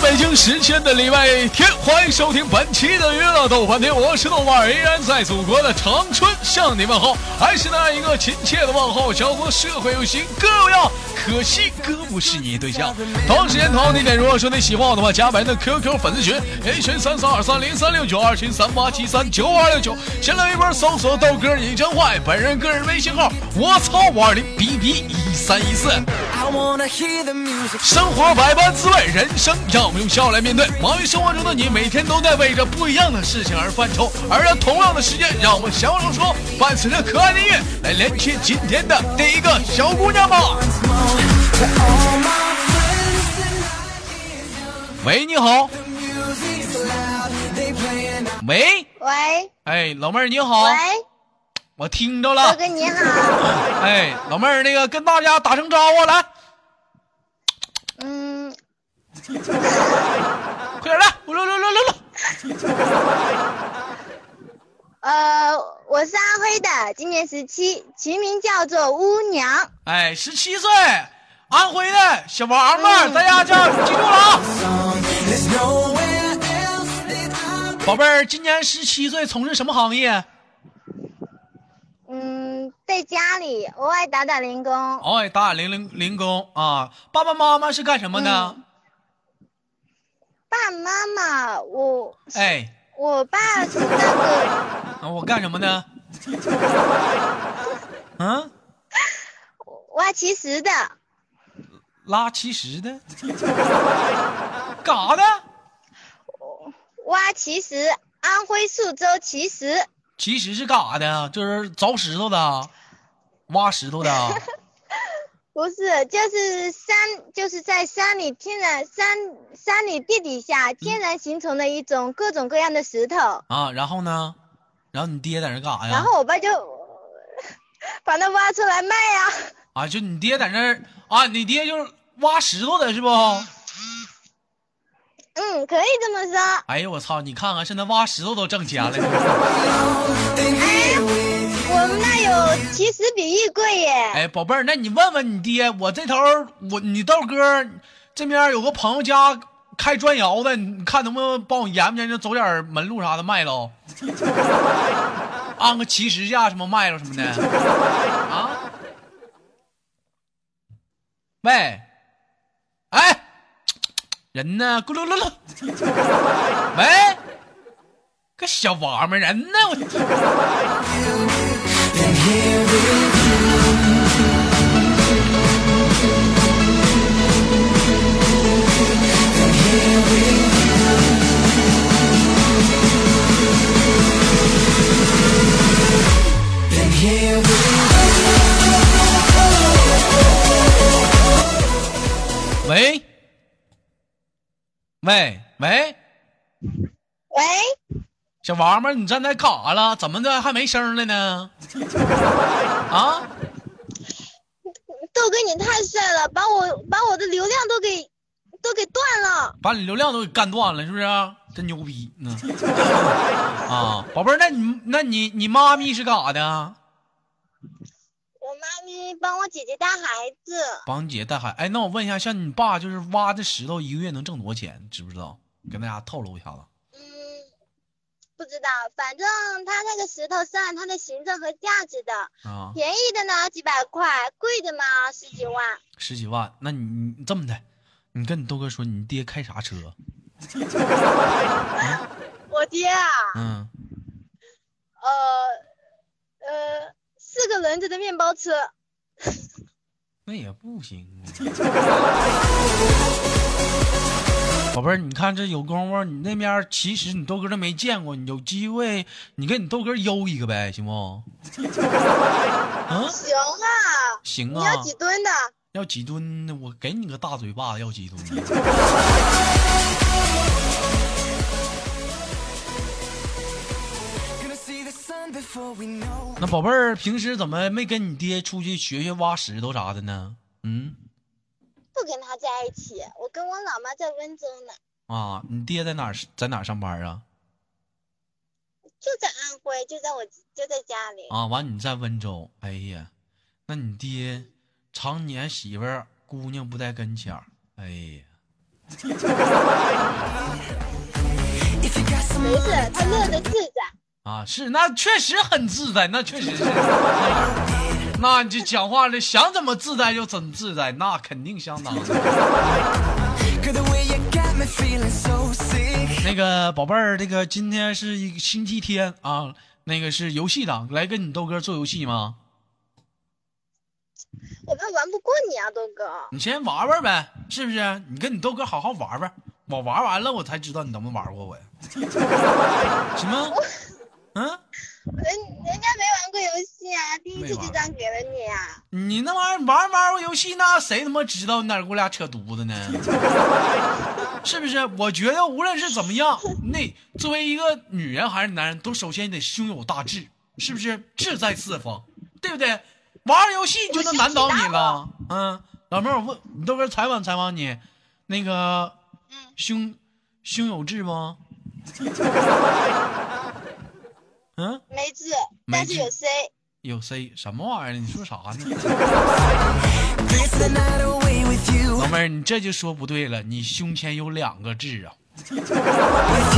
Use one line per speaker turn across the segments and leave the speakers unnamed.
北京时间的礼拜天，欢迎收听本期的娱乐逗翻天，我是豆瓣，依然在祖国的长春向你们好，还是那样一个亲切的问候。小哥社会有型，哥有样，可惜哥不是你对象。同时间同地点，如果说你喜欢我的话，加本人的 QQ 粉丝群，人群三三二三零三六九，二群三八七三九二六九，新浪微博搜索豆哥你真坏，本人个人微信号我操五二零 bb 一三一四。
I wanna hear the music.
生活百般滋味，人生让我们用笑来面对。忙于生活中的你，每天都在为着不一样的事情而犯愁。而在同样的时间，让我们享受生活，伴随着可爱的音乐来连接今天的第一个小姑娘吧。
To all my friends tonight,
喂，你好，
the music's loud. They playing up
喂，
喂
哎，老妹儿你好，
喂，
我听着
哥
了。
哥你好，
哎，老妹儿，那个跟大家打声招呼，来，
嗯，
快点来，来来来来来，
呃，我是安徽的，今年十七，群名叫做巫娘。
哎，十七岁，安徽的小王八，大家叫记住了啊。
song. There's nowhere else that I
宝贝儿，今年十七岁，从事什么行业？
嗯，在家里偶尔打打零工，
哦，哎打零零零工啊！爸爸妈妈是干什么的？
爸妈妈，我
哎，
我爸是那个，
啊我干什么的？嗯，
挖奇石的，
拉奇石的，干啥的？
挖奇石，安徽宿州奇石，
奇石是干啥的？就是凿石头的，挖石头的。啊
不是，就是山，就是在山里天然山山里地底下天然形成的一种各种各样的石头。
啊，然后呢？然后你爹在那干啥呀？
然后我爸就 把那挖出来卖呀、
啊，就你爹在那儿啊，你爹就是挖石头的是不？
嗯，可以这么说。
哎呀，我操！你看看，现在挖石头都挣钱了。
they here with you.
我们那有奇石比玉贵耶。
哎，宝贝儿，那你问问你爹，我这头儿我你豆哥这边有个朋友家开砖窑的，你看能不能帮我研究研究，走点儿门路啥的卖喽？ 按个起始价什么卖了什么的啊？喂，哎，人呢？咕噜噜噜，喂，个小王八人呢？我。
And here with you.
喂，喂喂，
喂，
小王八，你站那干啥了？怎么的还没声儿了呢？啊，
豆哥你太帅了，把我把我的流量都给都给断了。
把你流量都给干断了，是不是？真牛逼！嗯，啊，宝贝儿，那你那你你妈咪是干啥的？
我妈咪帮我姐姐带孩子，
帮你姐带孩。哎，那我问一下，像你爸就是挖这石头，一个月能挣多少钱？知不知道？跟大家透露一下子。
嗯，不知道，反正它那个石头是按它的形状和价值的，
啊，
便宜的呢几百块，贵的嘛十几万。
十几万，那你你这么的，你跟你豆哥说，你爹开啥车？
我爹啊，
嗯，
呃呃，四个轮子的面包车。
那也不行。啊 宝贝儿，你看这有功夫，你那边儿其实你豆哥都没见过，你有机会你跟你豆哥悠一个呗，行不？嗯，
行啊，
行
你
啊
要，几吨的？
要几吨呢？我给你个大嘴巴，要几吨？
Gonna see the sun before we know.
那宝贝儿平时怎么没跟你爹出去学学挖石头啥的呢？嗯，
不跟他在一起，我跟我老妈在温州呢，
啊，你爹在哪儿在哪儿上班啊？
就在安徽，就在我就在家里。
啊，完你在温州，哎呀，那你爹常年媳妇儿姑娘不在跟前儿，哎呀，
没事，他乐得自在。
啊，是那确实很自在，那确实是。 那你就讲话了，想怎么自在就怎么自在，那肯定相当。
Cause the way you got me feeling so sick.
那个宝贝儿，这个今天是一个星期天啊，那个是游戏档，来跟你豆哥做游戏吗？
我怕玩不过你啊，豆哥。
你先玩玩呗，是不是？你跟你豆哥好好玩玩，我玩完了我才知道你能不能玩过我呀。 什么？嗯，
人人家没玩过游戏啊，第一
没
次
玩
就让给了你啊。
你那玩意儿玩玩过游戏，那谁他妈知道你哪儿给我俩扯犊子呢？ 是不是？我觉得无论是怎么样，那作为一个女人还是男人，都首先得胸有大志，是不是？志在四方，对不对？玩游戏就能难倒你了。嗯，老妹儿，我问你豆哥采访采访你，那个
嗯，
胸胸有志吗？嗯，
没字，
没
但
字
是有 C。
有 C 什么玩意儿？你说啥呢？
This the night away with you,
老妹儿，你这就说不对了，你胸前有两个痣啊！
with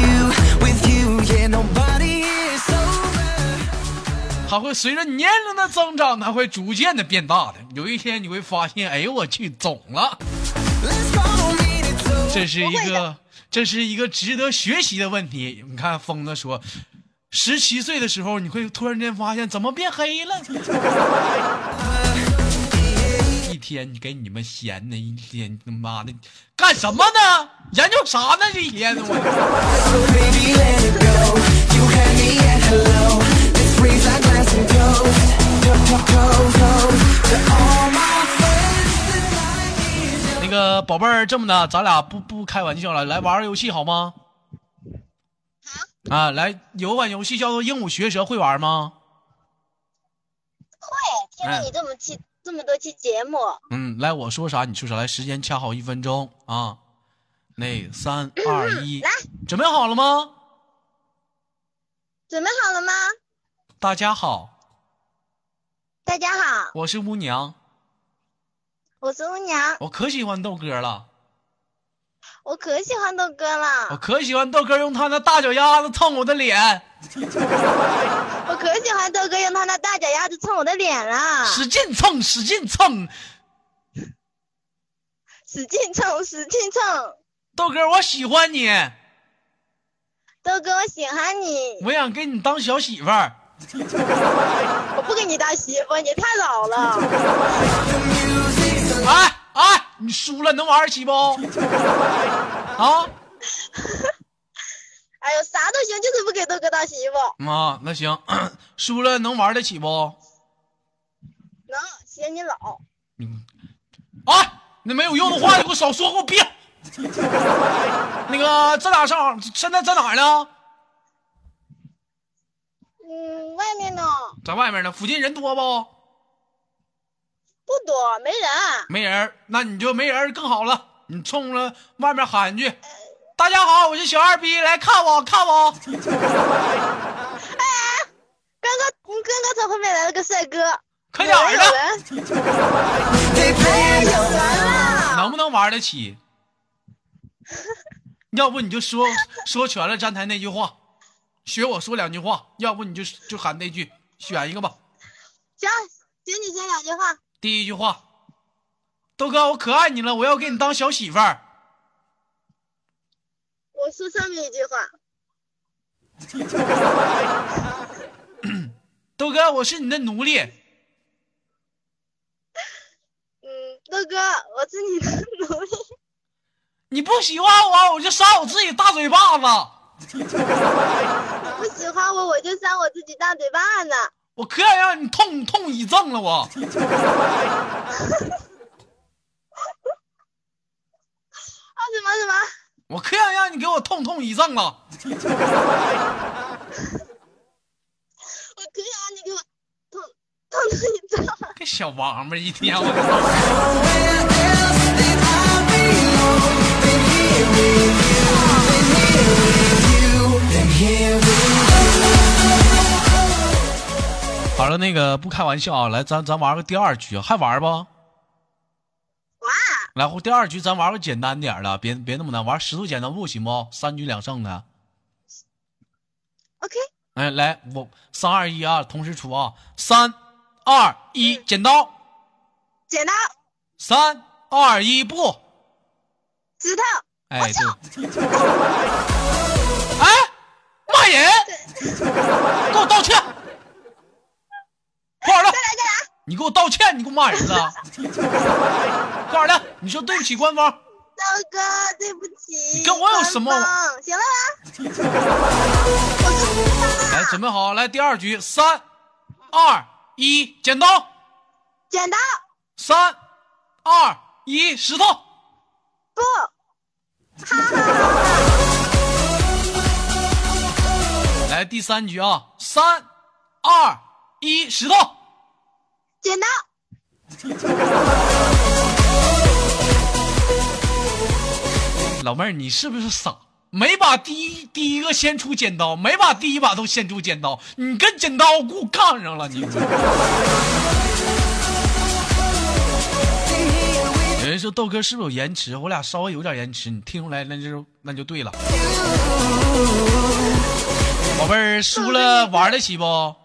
you, with you. Yeah, nobody is over.
它会随着年龄的增长，它会逐渐的变大的。有一天你会发现，哎呦我去，肿了！
Let's go, meet it so.
这是一
不会
个
的，
这是一个值得学习的问题。你看疯子说，十七岁的时候，你会突然间发现怎么变黑 了。一天你给你们闲的，一天他妈的干什么呢？研究啥呢？这一天我
Baby, let it go. You had me at hello. Let's raise our glass and toast. Toast, toast, toast, toast to all my friends tonight.
那个宝贝儿，这么的，咱俩不不开玩笑了，来玩个游戏好吗？
好，
啊，来有款游戏叫做《鹦鹉学舌》，会玩吗？
会。听了
嗯
你这么期这么多期节目，
嗯，来，我说啥你说啥，来，时间掐好一分钟啊！那三二一
嗯来，
准备好了吗？
准备好了吗？
大家好，
大家好，
我是巫娘，
我是吴娘，
我可喜欢豆哥了，
我可喜欢豆哥
我
了，
可喜欢豆哥用他那大脚丫子蹭我的脸，
我可喜欢豆哥用他那大脚丫子蹭我的脸了，
使劲蹭，使劲蹭。
使劲蹭，使劲蹭。
豆哥，我喜欢你，
豆哥，我喜欢你，
我想给你当小媳妇儿。
我不给你当媳妇，你太老了。
The music's alive.
哎哎，你输了，能玩一起不？啊？
哎呦，啥都行，就是不给豆哥当媳妇。
啊，那行， 输了能玩得起不？
能，嫌你老。
啊，那没有用的话你给我少说，给我闭。那个，咱俩上，现在在哪儿呢？
嗯，外面呢
在外面呢，附近人多不？
不多，没人。
没人儿，那你就没人儿更好了。你冲着外面喊一句：“大家好，我是小二逼，来看我，看我。
刚刚，嗯刚刚从后面来了个帅哥，”哎
快点儿
有
的，
人，有人
They play
有人
the
了。
能不能玩得起？要不你就说说全了站台那句话，学我说两句话；要不你就就喊那句，选一个吧。
行，行，你先两句话。
第一句话，豆哥，我可爱你了，我要给你当小媳妇儿。
我说上面一句话。
豆哥，我是你的奴隶。
嗯，豆哥，我是你的奴隶。
你不喜欢我，我就扇我自己大嘴巴子。
你不喜欢我，我就扇我自己大嘴巴啊子。
我可想让你痛痛一阵了，我。
啊，什么什么？
我可想让你给我痛痛一阵了。
我可以啊让你给我痛痛痛一阵。
这小王八一天我。好了，那个不开玩笑啊，来，咱咱玩个第二局，还玩不？
哇，
然后第二局咱玩个简单点儿的，别别那么难，玩石头剪刀布行不？三局两胜的。
OK，
哎，来，我三二一啊，同时出啊，三二一，剪刀，
剪刀
三二一，布。
石头，
哎，对。哎，骂人！给我道歉！快点的，
再啊来再来，
你给我道歉，你给我骂 人了！快点的，你说对不起官方。
赵哥，对不起，
你跟我有什么
官方行了吧？我出发
来，
了，
准备好，来第二局，三二一，剪刀，
剪刀
三二一，石头。
布，
来第三局啊，三二一，石头。
剪刀
老妹儿，你是不是傻？没把第一第一个先出剪刀，没把第一把都先出剪刀，你跟剪刀给我杠上了你。有人说豆哥是不是有延迟？我俩稍微有点延迟，你听出来那就那就对了。宝贝儿，输了玩得起不？
玩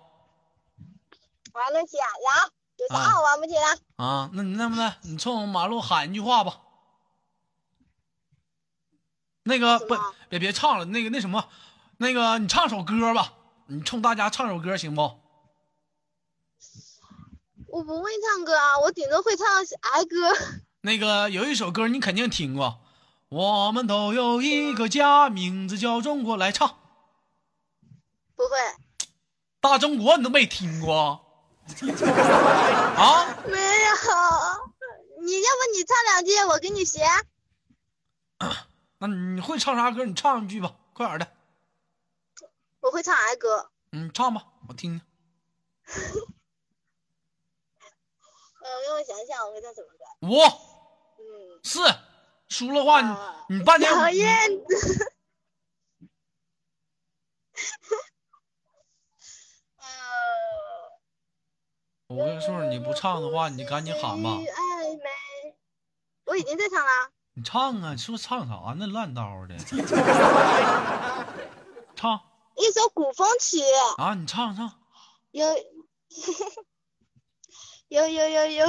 得起啊，来，有啥
啊
好玩不起的？
啊，那你那么的，你冲马路喊一句话吧。那个
什
不
么，
别别唱了，那个那什么，那个你唱首歌吧，你冲大家唱首歌行不？
我不会唱歌啊，我顶多会唱儿歌。
那个有一首歌你肯定听过，我们都有一个家，名字叫中国，来唱。
不会，
大中国你都没听过 啊？啊
没有。你要不你唱两句，我跟你学。啊
那你会唱啥歌？你唱一句吧，快点儿的，
我会唱儿歌。
嗯，唱吧，我听听。
嗯，让我想想，我会唱什么歌？
五
嗯，
四，输了话
啊
你你半天
讨厌。呃
我跟你说，你不唱的话，你赶紧喊吧
谁，爱美我已经在唱了。
你唱啊！你说唱啥呢？烂叨的，唱
一首古风曲，
啊！你唱唱，
有，有有有有，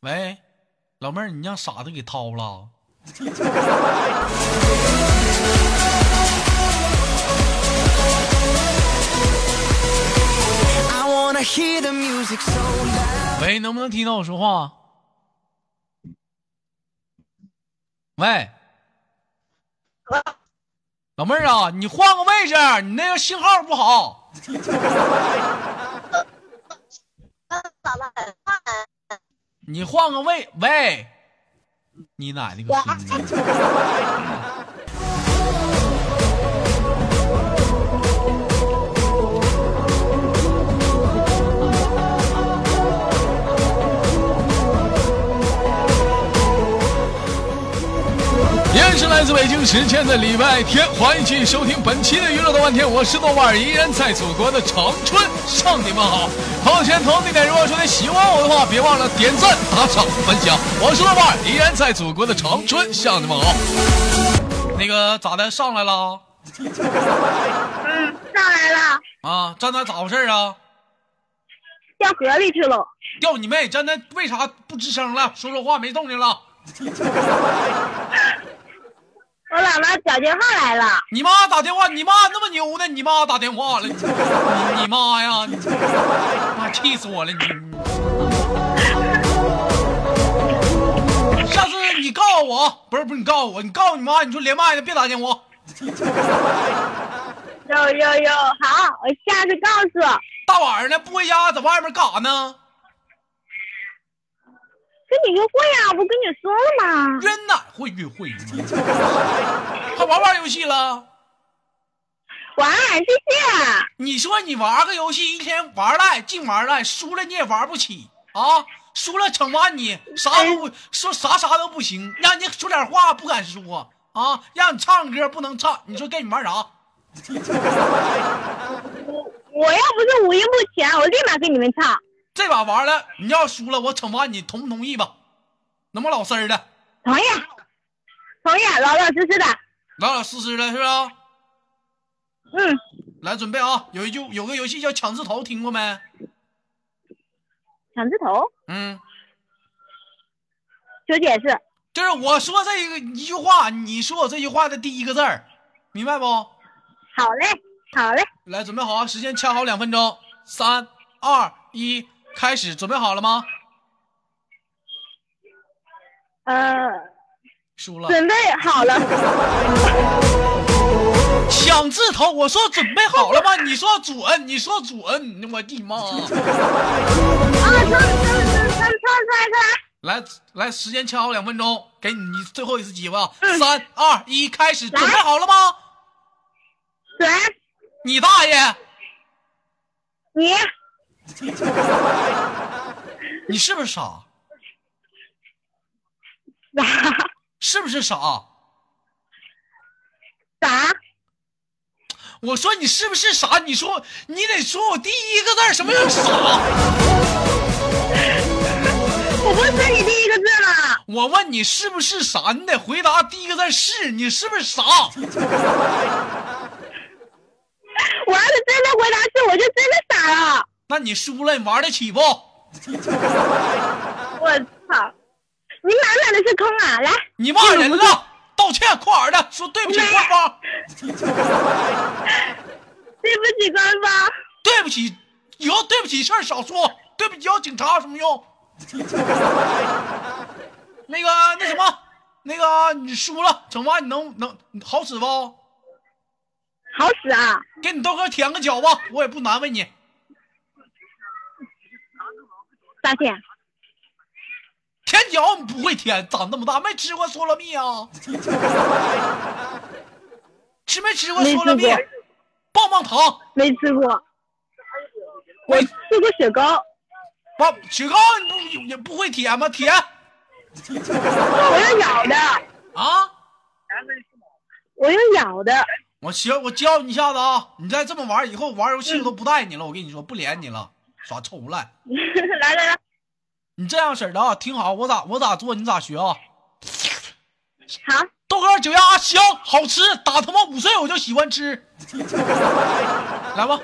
喂，老妹儿，你让傻子给掏了。
I wanna hear the music so loud.
喂，能不能听到我说话？喂，老妹儿啊，你换个位置，你那个信号不好。
长得很慢。
你换个位，喂，你奶奶个孙子！依然是来自北京时间的礼拜天，欢迎继续收听本期的娱乐豆瓣天，我是豆瓣儿，依然在祖国的长春向你们好。朋友圈、朋友地点，如果说你喜欢我的话，别忘了点赞、打赏、分享。我是豆瓣儿，依然在祖国的长春向你们好。那个咋的，上来了
嗯，上来了，
啊？站那咋回事儿啊？
掉河里去了。
掉你妹！站那为啥不吱声了？说说话没动静了？
我姥姥打电话来了，
你妈打电话，你妈那么牛呢？你妈打电话了，你你妈呀！你妈气死我了！你你下次你告诉我啊，不是不是你告诉我，你告诉你妈，你说连麦的别打电话。
有有有，好，我下次告诉。
大晚上的不回家，在外面干啥呢？
跟你约会啊，不跟你说了吗？
约哪会约会呢？还玩不玩游戏了？
晚安，谢谢。
你说你玩个游戏，一天玩赖，净玩赖，输了你也玩不起啊！输了惩罚你，啥都不说，啥啥都不行，让你说点话不敢说啊，让你唱歌不能唱，你说跟你玩啥？
我要不是
五音不全，我立马给你们唱。
这把完了，你要输了，我惩罚你，同不同意吧？能不能老实儿的，
同意，同意，老老实实的。
老老实实的，是不是啊？
嗯，
来，准备啊！有一句有个游戏叫抢字头，听过没？
抢字头，
嗯，
求解释。
就是我说这个一句话，你说我这句话的第一个字儿，明白不？
好嘞，好嘞，
来，准备好啊！时间掐好两分钟，三、二、一，开始！准备好了吗？
呃，
输了，
准备好了，啊
抢字头！我说准备好了吗？你说准，你说准，我的妈！
啊，唱唱唱唱唱
来来，时间掐好两分钟，给你最后一次机会啊！三、二、一，开始！准备好了吗？
唱唱，准，
你大爷！
你
你是不是傻？
咋
是不是傻？
咋？
我说你是不是傻？你说你得说我第一个字儿什么叫傻？
我不是你第一个字吗？
我问你是不是傻，你得回答第一个字儿是你是不是傻？
我要是真的回答是，我就真的傻了。
那你输了，你玩得起不？
我操！你满满的是空啊！来，
你骂人了，道歉，快点儿的，说对不起官方，
对不起官方，
对不起，以后对不起事儿少说，对不起要警察有什么用？ 那个那什么，那个你输了，惩罚你能能好使不？
好使啊！
给你豆哥舔个脚吧，我也不难为你。
咋舔？
舔脚你不会舔，长那么大没吃过嗦了蜜啊？ 吃没吃过嗦了蜜
没吃过？
棒棒糖，
没吃过，
我
吃过雪糕，
棒雪糕你不也不会舔吗？舔
我用咬的，
啊！
我用咬的。
我行，我教你一下子啊！你再这么玩，以后玩游戏我都不带你了。我跟你说，不连你了，耍臭无赖。
来来来，
你这样式儿的啊，听好，我咋我咋做，你咋学啊？
好，
豆哥酒鸭香，好吃，打他妈五岁我就喜欢吃。 来吧，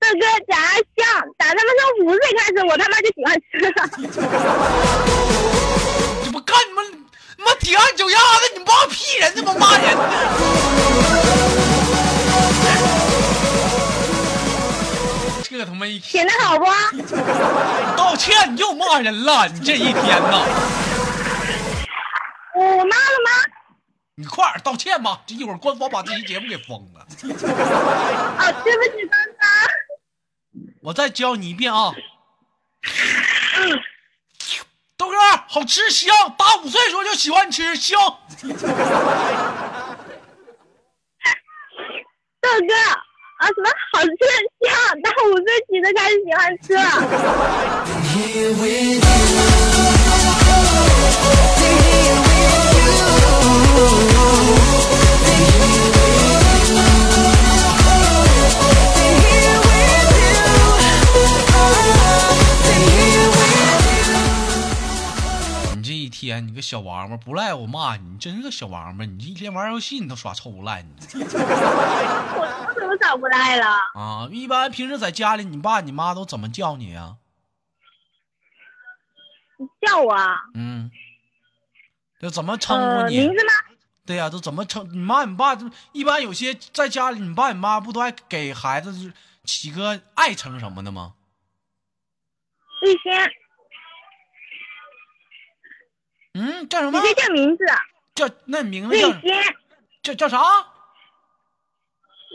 这个炸酱，打他们从五岁开始，我他妈就喜欢吃了。
这不干你们你妈铁汉脚丫子，你妈屁人，这么骂人！ 这他妈一
舔的好不？
道歉你又骂人了，你这一天呐，
我骂了吗？
你快点道歉吧，这一会儿官方把这期节目给封了。
哦，对不起，官方。
我再教你一遍啊，豆哥好吃香，打五岁时候就喜欢吃香。
豆哥啊，什么好吃香？打五岁起就开始喜欢吃了。
Here with you. Here with you.
你这一天，你个小王八，不赖我骂你，你真是个小王八！你这一天玩游戏，你都耍臭无赖你
我我怎么找不来了？
啊！一般平时在家里，你爸你妈都怎么叫你啊？
你叫我啊？
嗯，就怎么称呼
呃，
你？
名字吗？
对呀、都怎么称？你妈你爸一般有些在家里，你爸你妈不都爱给孩子起个爱称什么的吗？
玉仙，
嗯，叫什
你
么？
这叫名字？
叫那名字
瑞
叫
仙，
叫叫啥？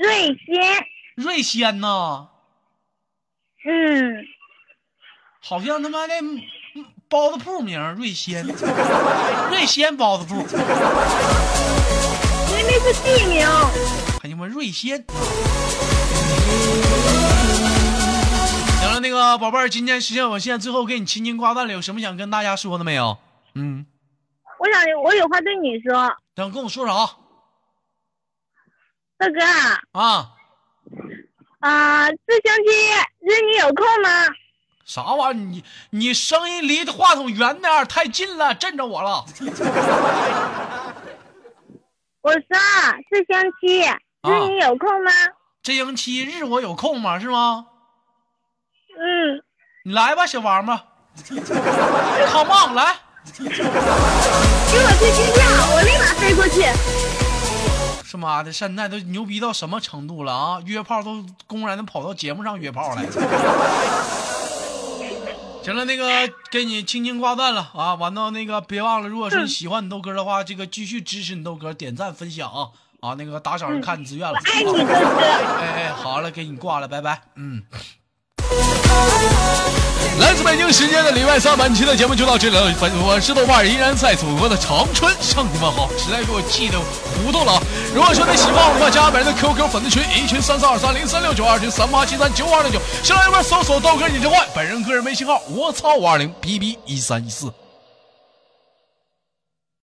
瑞仙，
瑞仙呐，
嗯，
好像他妈的嗯包子铺名儿，瑞仙， 瑞仙包子铺。
明明是地名。
哎呀妈，瑞仙！行了，那个宝贝儿，今天时间有限，最后给你亲亲挂断了，有什么想跟大家说的没有？嗯，
我想我有话对你说，
啊想跟我说啥
豆哥啊，
啊？
啊、这星期日你有空吗？
啥玩意儿？你你声音离话筒远点儿，太近了，震着我了。
我说啊这星期
啊
日你有空吗？
这星期日我有空吗？是吗？
嗯，
你来吧，小王八 ，Come on，来。
给我推机票，我立马飞过去。
是妈的，现在都牛逼到什么程度了啊？约炮都公然的跑到节目上约炮来。 行了，那个给你轻轻挂断了啊！完到那个别忘了，如果说你喜欢你豆哥的话，这个继续支持你豆哥，点赞分享啊啊！那个打赏是看你自愿了。
爱你，哥哥。
哎哎，好了，给你挂了，拜拜。嗯。来自北京时间的礼拜三，本期的节目就到这里了。本我是豆瓣儿，依然在祖国的长春向你们好，实在给我气的糊涂了啊。如果说你喜欢我的话，加本人的 QQ 粉丝群，一群三三二三零三六九，二群三八七三九二六九，新浪微博搜索豆哥你真坏，本人个人微信号我操五二零 bb 一三一四。